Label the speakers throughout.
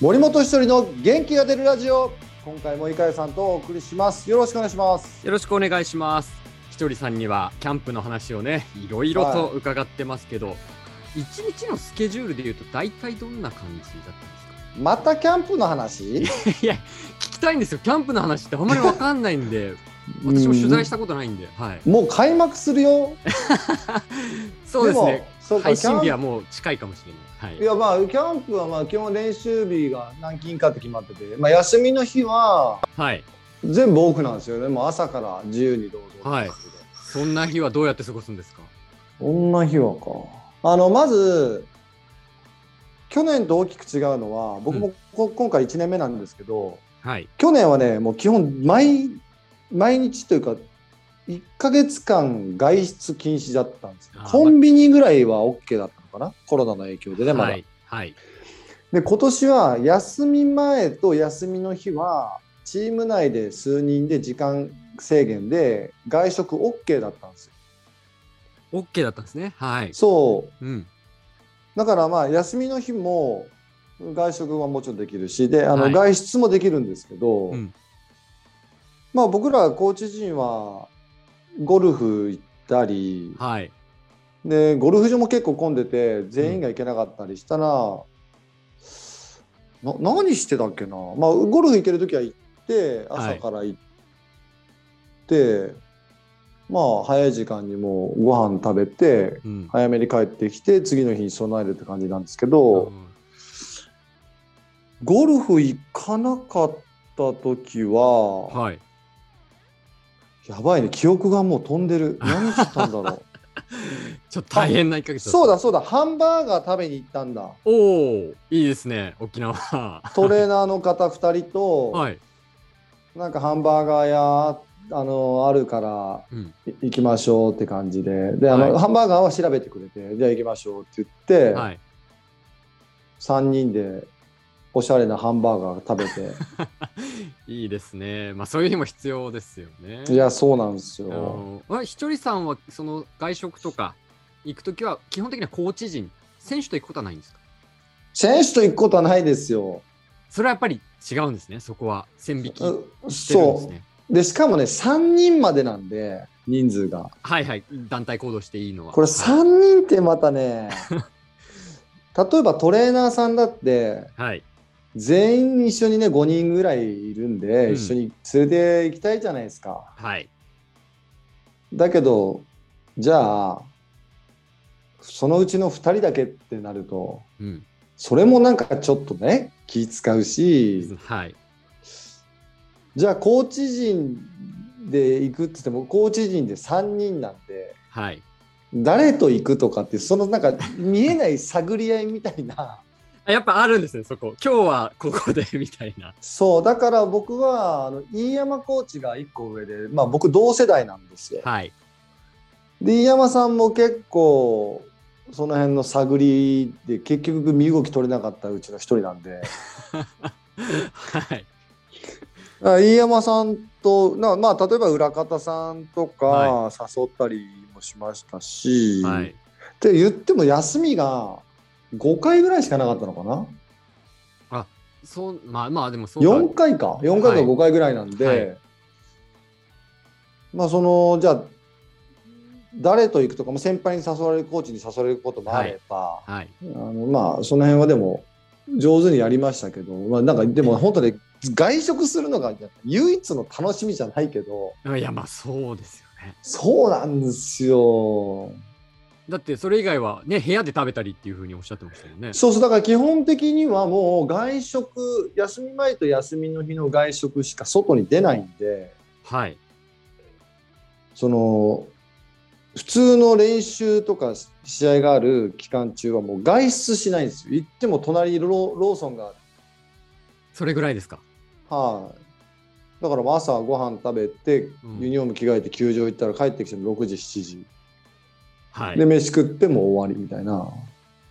Speaker 1: 森本一人の元気が出るラジオ今回も井上さんとお送りしますよろしくお願いします
Speaker 2: よろしくお願いします。ひとりさんにはキャンプの話をね、いろいろと伺ってますけど、一日のスケジュールで言うと大体どんな感じだった
Speaker 1: またキャンプの 話
Speaker 2: んですかいや、聞きたいんですよ。キャンプの話ってあんまりわかんない んで、私も取材したことないんで、はい。
Speaker 1: もう開幕するよ
Speaker 2: そうです
Speaker 1: も
Speaker 2: ね。
Speaker 1: そうか
Speaker 2: 配信
Speaker 1: キ
Speaker 2: 日
Speaker 1: ャ
Speaker 2: は
Speaker 1: ン
Speaker 2: もう近いかもしれな
Speaker 1: い
Speaker 2: い。はい。
Speaker 1: やまあキャンプはまあ基本練習日が何勤かって決まっててまあ休みの日は
Speaker 2: はい。
Speaker 1: 全部オフなんですよねもう朝から自由にどうぞって感じで
Speaker 2: そんな日はどうやって過ごすんですか
Speaker 1: そんな日はかあのまず去年と大きく違うのは僕もこ、今回1年目なんですけど
Speaker 2: はい。
Speaker 1: 去年はねもう基本毎毎日というか1ヶ月間外出禁止だったんですよ
Speaker 2: あー
Speaker 1: コンビニぐらいは OK だったのかなコロナの影響でねまだ、
Speaker 2: はい。はい。
Speaker 1: で今年は休み前と休みの日はチーム内で数人で時間制限で外食 OK だったんですよ
Speaker 2: OK だったんですね。はい。
Speaker 1: そう
Speaker 2: うん。
Speaker 1: だからまあ休みの日も外食はもちろんできるしであ
Speaker 2: は
Speaker 1: の
Speaker 2: い
Speaker 1: 外出もできるんですけど、
Speaker 2: うん
Speaker 1: まあ僕らコーチ陣はゴルフ行ったり
Speaker 2: はい。
Speaker 1: でゴルフ場も結構混んでて全員が行けなかったりしたら、な何してたっけな、まあ、ゴルフ行ける時は行って
Speaker 2: はい
Speaker 1: 朝から行って、まあ早い時間にもうご飯食べて
Speaker 2: うん。
Speaker 1: 早めに帰ってきて次の日に備えるって感じなんですけど、
Speaker 2: うん
Speaker 1: ゴルフ行かなかった時は、
Speaker 2: はい。
Speaker 1: やばいね記憶がもう飛んで る何してたんだろ
Speaker 2: ちょっと大変な1ヶ
Speaker 1: う
Speaker 2: 月
Speaker 1: そう
Speaker 2: だった。
Speaker 1: だそうだハンバーガー食べに行ったんだ
Speaker 2: おおいいですね。沖縄。
Speaker 1: トレーナーの方2人 と、
Speaker 2: はい。
Speaker 1: なんかハンバーガー屋あのあるから
Speaker 2: うん。
Speaker 1: い行きましょうって感じでであの、
Speaker 2: はい
Speaker 1: ハンバーガーは調べてくれてじゃあ行きましょうって言って、
Speaker 2: はい。
Speaker 1: 3人でおしゃれなハンバーガー食べて。
Speaker 2: いいですね。まあそういう日も必要ですよね。
Speaker 1: いや、そうなんです
Speaker 2: あ
Speaker 1: よ。
Speaker 2: のあひとりさんはその外食とか行くときは基本的にはコーチ陣、選手と行くことはないんですか
Speaker 1: 選手と行くことはないですよ。
Speaker 2: それはやっぱり違うんですね、そこは。線引きしてるん
Speaker 1: う
Speaker 2: です
Speaker 1: そ
Speaker 2: ね。
Speaker 1: う。で、しかもね、3人までなんで、人数が。
Speaker 2: はいはい、団体行動していいのは。
Speaker 1: これ
Speaker 2: は
Speaker 1: 3人ってまたね、 例えばトレーナーさんだって、
Speaker 2: い、はい、
Speaker 1: 全員一緒にね、5人ぐらいいるんで、
Speaker 2: うん
Speaker 1: 一緒に連れて行きたいじゃないですか。
Speaker 2: はい。
Speaker 1: だけど、じゃあ、そのうちの2人だけってなると、
Speaker 2: うん。
Speaker 1: それもなんかちょっとね、気使うし、
Speaker 2: はい。
Speaker 1: じゃあコーチ陣で行くって言ってもコーチ陣で3人なんで
Speaker 2: はい。
Speaker 1: 誰と行くとかってそのなんか見えない探り合いみたいな
Speaker 2: あやっぱあるんですね、そこ。今日はここで みたいな。
Speaker 1: そうだから僕はあの飯山コーチが1個上で、まあ、僕同世代なんですよ。
Speaker 2: はい。
Speaker 1: で飯山さんも結構その辺の探りで結局身動き取れなかったうちの一人なんで
Speaker 2: はい。
Speaker 1: だから飯山さんとなまあ例えば裏方さんとか
Speaker 2: は
Speaker 1: 誘ったりもしましたし。
Speaker 2: はい。
Speaker 1: って言っても休みが5回ぐらいしかなかったのかな
Speaker 2: そう、まあまあでもそうだ
Speaker 1: 4回か4回か
Speaker 2: はい
Speaker 1: 5回ぐらいなんで、
Speaker 2: はい
Speaker 1: まあそのじゃあ誰と行くとかも先輩に誘われるコーチに誘われることもあれば、
Speaker 2: はい。
Speaker 1: あのまあその辺はでも上手にやりましたけど、まあ、なんかでも本当に外食するのが唯一の楽しみじゃないけど
Speaker 2: いや、まあそうですよね。
Speaker 1: そうなんですよ
Speaker 2: だってそれ以外はね、部屋で食べたりっていうふうにおっしゃってましたよね。
Speaker 1: そうそうだから基本的にはもう外食休み前と休みの日の外食しか外に出ないんで
Speaker 2: はい。
Speaker 1: その普通の練習とか試合がある期間中はもう外出しないんですよ行っても隣にロローソンがある、
Speaker 2: それぐらいですか。
Speaker 1: はいだからもう朝ご飯食べて
Speaker 2: うん
Speaker 1: ユニフォーム着替えて球場行ったら帰ってきても6時7時、
Speaker 2: はい。
Speaker 1: で飯食っても終わりみたいな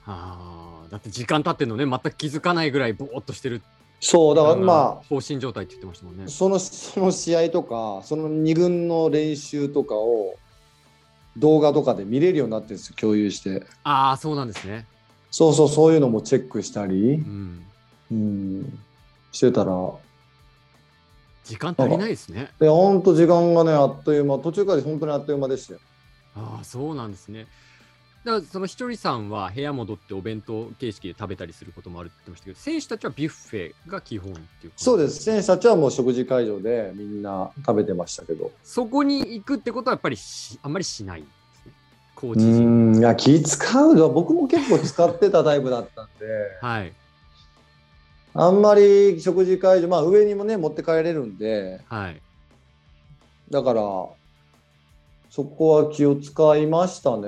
Speaker 2: あーだって時間経ってんのね、全く気づかないぐらいぼーっとしてる。
Speaker 1: そうだからまあ
Speaker 2: 放心状態って言ってましたもんね。
Speaker 1: その その試合とか、その2軍の練習とかを動画とかで見れるようになってるんですよ、共有して。
Speaker 2: ああ、そうなんですね。
Speaker 1: そうそう、そういうのもチェックしたり
Speaker 2: う、ん。
Speaker 1: うん、してたら、
Speaker 2: 時間足りないですね。
Speaker 1: いや、ほんと時間がね、あっという間、途中から本当にあっという間でしたよ。
Speaker 2: ああ、そうなんですね。だからそのひとりさんは部屋戻ってお弁当形式で食べたりすることもあるって言ってましたけど、選手たちはビュッフェが基本っていう感じ
Speaker 1: そうです、選手たちはもう食事会場でみんな食べてましたけど。
Speaker 2: そこに行くってことはやっぱりしあんまりしないんですね。コー
Speaker 1: う
Speaker 2: チ陣。
Speaker 1: ん、いや、気使うの、僕も結構使ってたタイプだったんで、
Speaker 2: はい。
Speaker 1: あんまり食事会場、まあ上にもね、持って帰れるんで、
Speaker 2: はい。
Speaker 1: だから、そこは気を使いましたね。
Speaker 2: う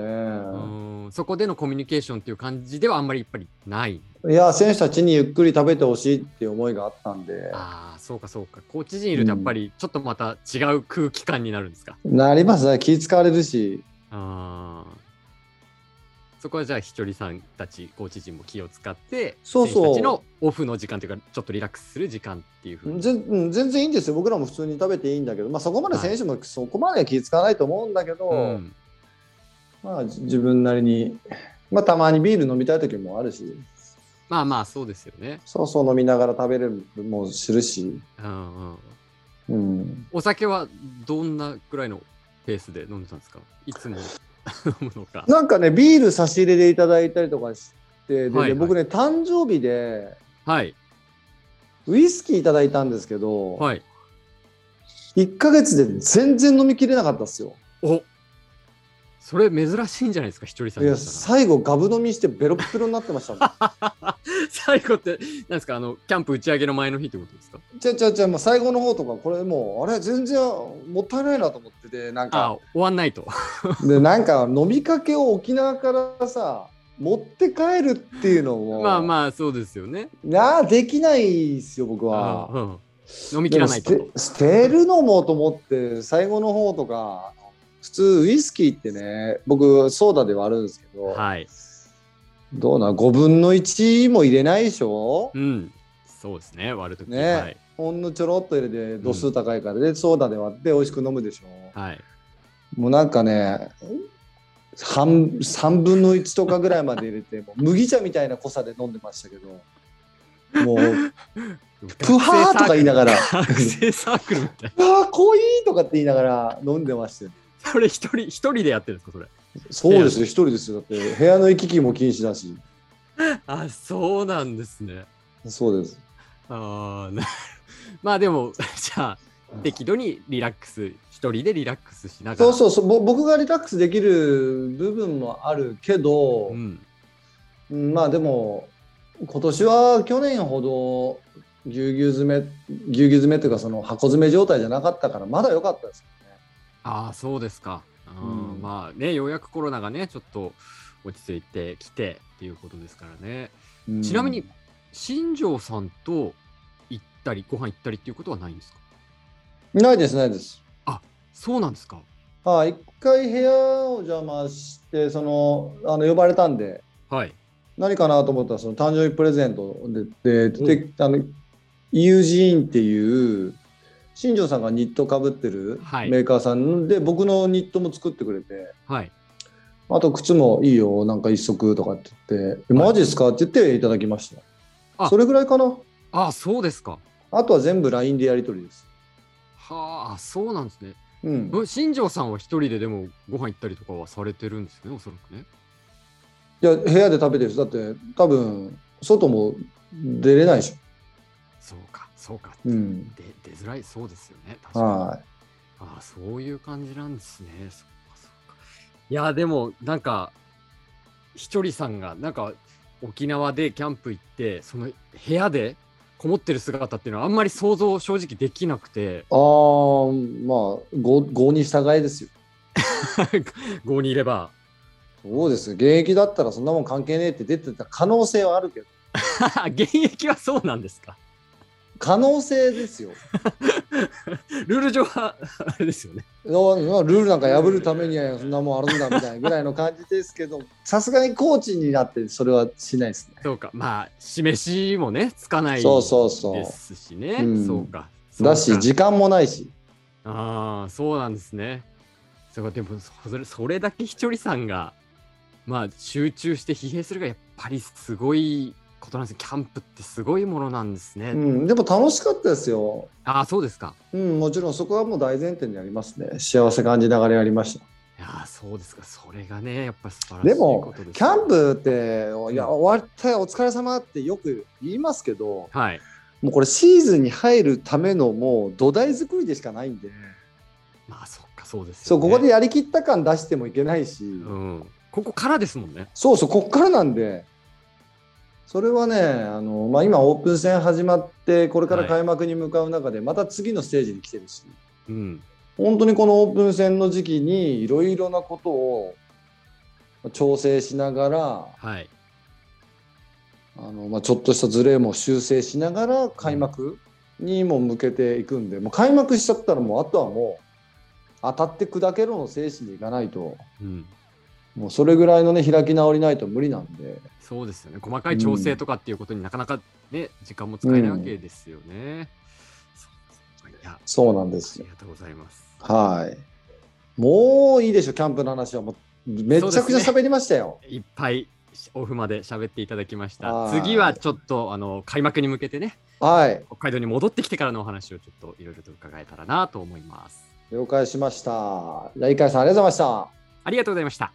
Speaker 2: んそこでのコミュニケーションっていう感じではあんまりやっぱりない。
Speaker 1: いや、選手たちにゆっくり食べてほしいっていう思いがあったんで、
Speaker 2: ああ、そうかそうか。コーチ陣いるとやっぱりちょっとまた違う空気感になるんですか。
Speaker 1: なりますね、気使われるし、
Speaker 2: ああ。そこはじゃあひとりさんたち、コーチ陣も気を使って、
Speaker 1: そうそう
Speaker 2: 選手たちのオフの時間というか、ちょっとリラックスする時間っていうふうに。
Speaker 1: 全うん全然いいんですよ、僕らも普通に食べていいんだけど、まあ、そこまで選手もそこまで気使わないと思うんだけど、
Speaker 2: うん
Speaker 1: まあ、自分なりに、まあ、たまにビール飲みたい時もあるし、
Speaker 2: まあまあ、そうですよね。
Speaker 1: そうそう飲みながら食べれるもするし、
Speaker 2: うんうん
Speaker 1: うん、
Speaker 2: お酒はどんなくらいのペースで飲んでたんですかいつも飲むのか。
Speaker 1: なんかね、ビール差し入れでいただいたりとかして、でね
Speaker 2: はいはい
Speaker 1: 僕ね、誕生日で、
Speaker 2: はい。
Speaker 1: ウイスキーいただいたんですけど、
Speaker 2: はい。
Speaker 1: 1ヶ月で全然飲みきれなかったですよ。
Speaker 2: おそれ珍しいんじゃないですか、ひとりさん
Speaker 1: いや
Speaker 2: でしたら。
Speaker 1: 最後ガブ飲みしてベロッベロになってましたもん。
Speaker 2: 最後って、なんですか、あの、キャンプ打ち上げの前の日ってことですか
Speaker 1: ちゃちゃちゃもう最後の方とかこれもうあれ全然もったいないなと思っててなん
Speaker 2: あ
Speaker 1: か
Speaker 2: 終わんないと。
Speaker 1: でなんか飲みかけを沖縄からさ持って帰るっていうのも
Speaker 2: まあまあ、そうですよね。
Speaker 1: なあできないですよ僕は。
Speaker 2: うんうん飲み切らない
Speaker 1: でも
Speaker 2: と。
Speaker 1: 捨て捨てるのもと思って最後の方とか普通ウイスキーってね僕ソーダではあるんですけど、
Speaker 2: はい。
Speaker 1: どうなん5分の1も入れないでしょ、
Speaker 2: うん。そうですね、割るとき。
Speaker 1: ね
Speaker 2: はい。
Speaker 1: ほんのちょろっと入れて度数高いから、でソーダで割って美味しく飲むでしょ、
Speaker 2: はい。
Speaker 1: もうなんかね半3分の1とかぐらいまで入れ てもう麦茶みたいな濃さで飲んでましたけどもう「プハー」とか言いなが ら「
Speaker 2: 学生サークルみたい。
Speaker 1: うわー濃い!」とかって言いながら飲んでましたよ
Speaker 2: それ一人、一人でやってるんですか、それ。
Speaker 1: そうですよ一人ですよだって部屋の行き来も禁止だし
Speaker 2: あ、そうなんですね。
Speaker 1: そうです
Speaker 2: ああ、なまあでも、 じゃあ、適度にリラックス、一人でリラックスしなが
Speaker 1: そ
Speaker 2: ら。
Speaker 1: うそうそうぼ僕がリラックスできる部分もあるけど、
Speaker 2: うん。
Speaker 1: うんまあでも今年は去年ほどぎゅうぎゅう詰めぎゅうぎゅう詰めというかその箱詰め状態じゃなかったからまだ良かったですよね。
Speaker 2: ああ、そうですか。うん、
Speaker 1: うん
Speaker 2: まあね、ようやくコロナがね、ちょっと落ち着いてきてっていうことですからね。
Speaker 1: うん
Speaker 2: ちなみに、新庄さんと行ったり、ご飯行ったりっていうことはないんですか
Speaker 1: ないですないです。
Speaker 2: そうなんですか。
Speaker 1: はい一回部屋を邪魔してそのあの呼ばれたんで
Speaker 2: はい。
Speaker 1: 何かなと思ったらその誕生日プレゼントででであの友人っていう新庄さんがニットかぶってる
Speaker 2: はい
Speaker 1: メーカーさんで、僕のニットも作ってくれて。
Speaker 2: はい。
Speaker 1: あと靴もいいよ、なんか一足とかって言って、えマジですかって言っていただきまし
Speaker 2: あ
Speaker 1: た。それぐらいかな。
Speaker 2: ああ、そうですか。
Speaker 1: あとは全部 LINE でやり取りです。
Speaker 2: はあ、そうなんですね。
Speaker 1: うん。い
Speaker 2: うん新庄さんは一人ででもご飯行ったりとかはされてるんですよね、おそらくね。
Speaker 1: や、部屋で食べてる人だって、多分外も出れないでし
Speaker 2: そうか、そうか。
Speaker 1: ょ。うん。
Speaker 2: で出づらいそうですよね。確かに
Speaker 1: は
Speaker 2: ああそういう感じなんですね。そっかそっかいやでもなんかひとりさんがなんか沖縄でキャンプ行ってその部屋でこもってる姿っていうのはあんまり想像正直できなくて
Speaker 1: い。ああー、まあ、ご、ごに従いですよ。
Speaker 2: 郷にいれば
Speaker 1: そうですよ。現役だったらそんなもん関係ねえって出てた可能性はあるけど、
Speaker 2: 現役はそうなんですか
Speaker 1: 可能性ですよ。
Speaker 2: ルール上はあれですよね。
Speaker 1: ルールなんか破るためにはそんなもんあるんだみたいなぐらいの感じですけど、さすがにコーチになってそれはしないですね。
Speaker 2: そうかまあ示しもねつかない
Speaker 1: そうそうそう
Speaker 2: ですしね。
Speaker 1: うん
Speaker 2: そうかそうか
Speaker 1: だし時間もないし
Speaker 2: ああ、そうなんですね。そうか、でも、それ、それだけひとりさんが、まあ、集中して疲弊するが、やっぱりすごいことなんですねキャンプってすごいものなんですね。
Speaker 1: うん、でも楽しかったですよ。
Speaker 2: ああ、そうですか。
Speaker 1: うん、もちろんそこはもう大前提にありますね。幸せ感じながらやりました。
Speaker 2: いやーそうですか。それがね、やっぱ素晴らしい
Speaker 1: でも
Speaker 2: ことです、ね。
Speaker 1: キャンプって、いや、終わったよ、お疲れ様ってよく言いますけど、
Speaker 2: はい。
Speaker 1: もうこれシーズンに入るためのもう土台作りでしかないんで、
Speaker 2: まあ、そっか、そうです
Speaker 1: そ
Speaker 2: よ
Speaker 1: う、
Speaker 2: ね
Speaker 1: ここでやりきった感出してもいけないし、
Speaker 2: うん。ここからですもんね。
Speaker 1: そうそう、こっからなんで、それはね、あのまあ、今、オープン戦始まって、これから開幕に向かう中で、また次のステージに来てるし、
Speaker 2: うん。
Speaker 1: 本当にこのオープン戦の時期に、いろいろなことを調整しながら、
Speaker 2: はい。
Speaker 1: あのまあ、ちょっとしたズレも修正しながら、開幕にも向けていくんで、もう開幕しちゃったら、もうあとはもう、当たって砕けろの精神でいかないと、
Speaker 2: うん。
Speaker 1: もうそれぐらいのね、開き直りないと無理なんで。
Speaker 2: そうですよね。細かい調整とかっていうことになかなかね、時間も使えないわけですよね。そうですいや、あ
Speaker 1: そうなんですよ
Speaker 2: りがとうございます。
Speaker 1: はい。もういいでしょ、キャンプの話は。もうめちゃくちゃ喋りましたよ。
Speaker 2: いっぱいオフまで喋っていただきました。
Speaker 1: はい
Speaker 2: 次はちょっとあの開幕に向けてね、
Speaker 1: はい。
Speaker 2: 北海道に戻ってきてからのお話をちょっといろいろと伺えたらなと思います。
Speaker 1: 了解しました。じゃあ、イカイさん、ありがとうございました。
Speaker 2: ありがとうございました。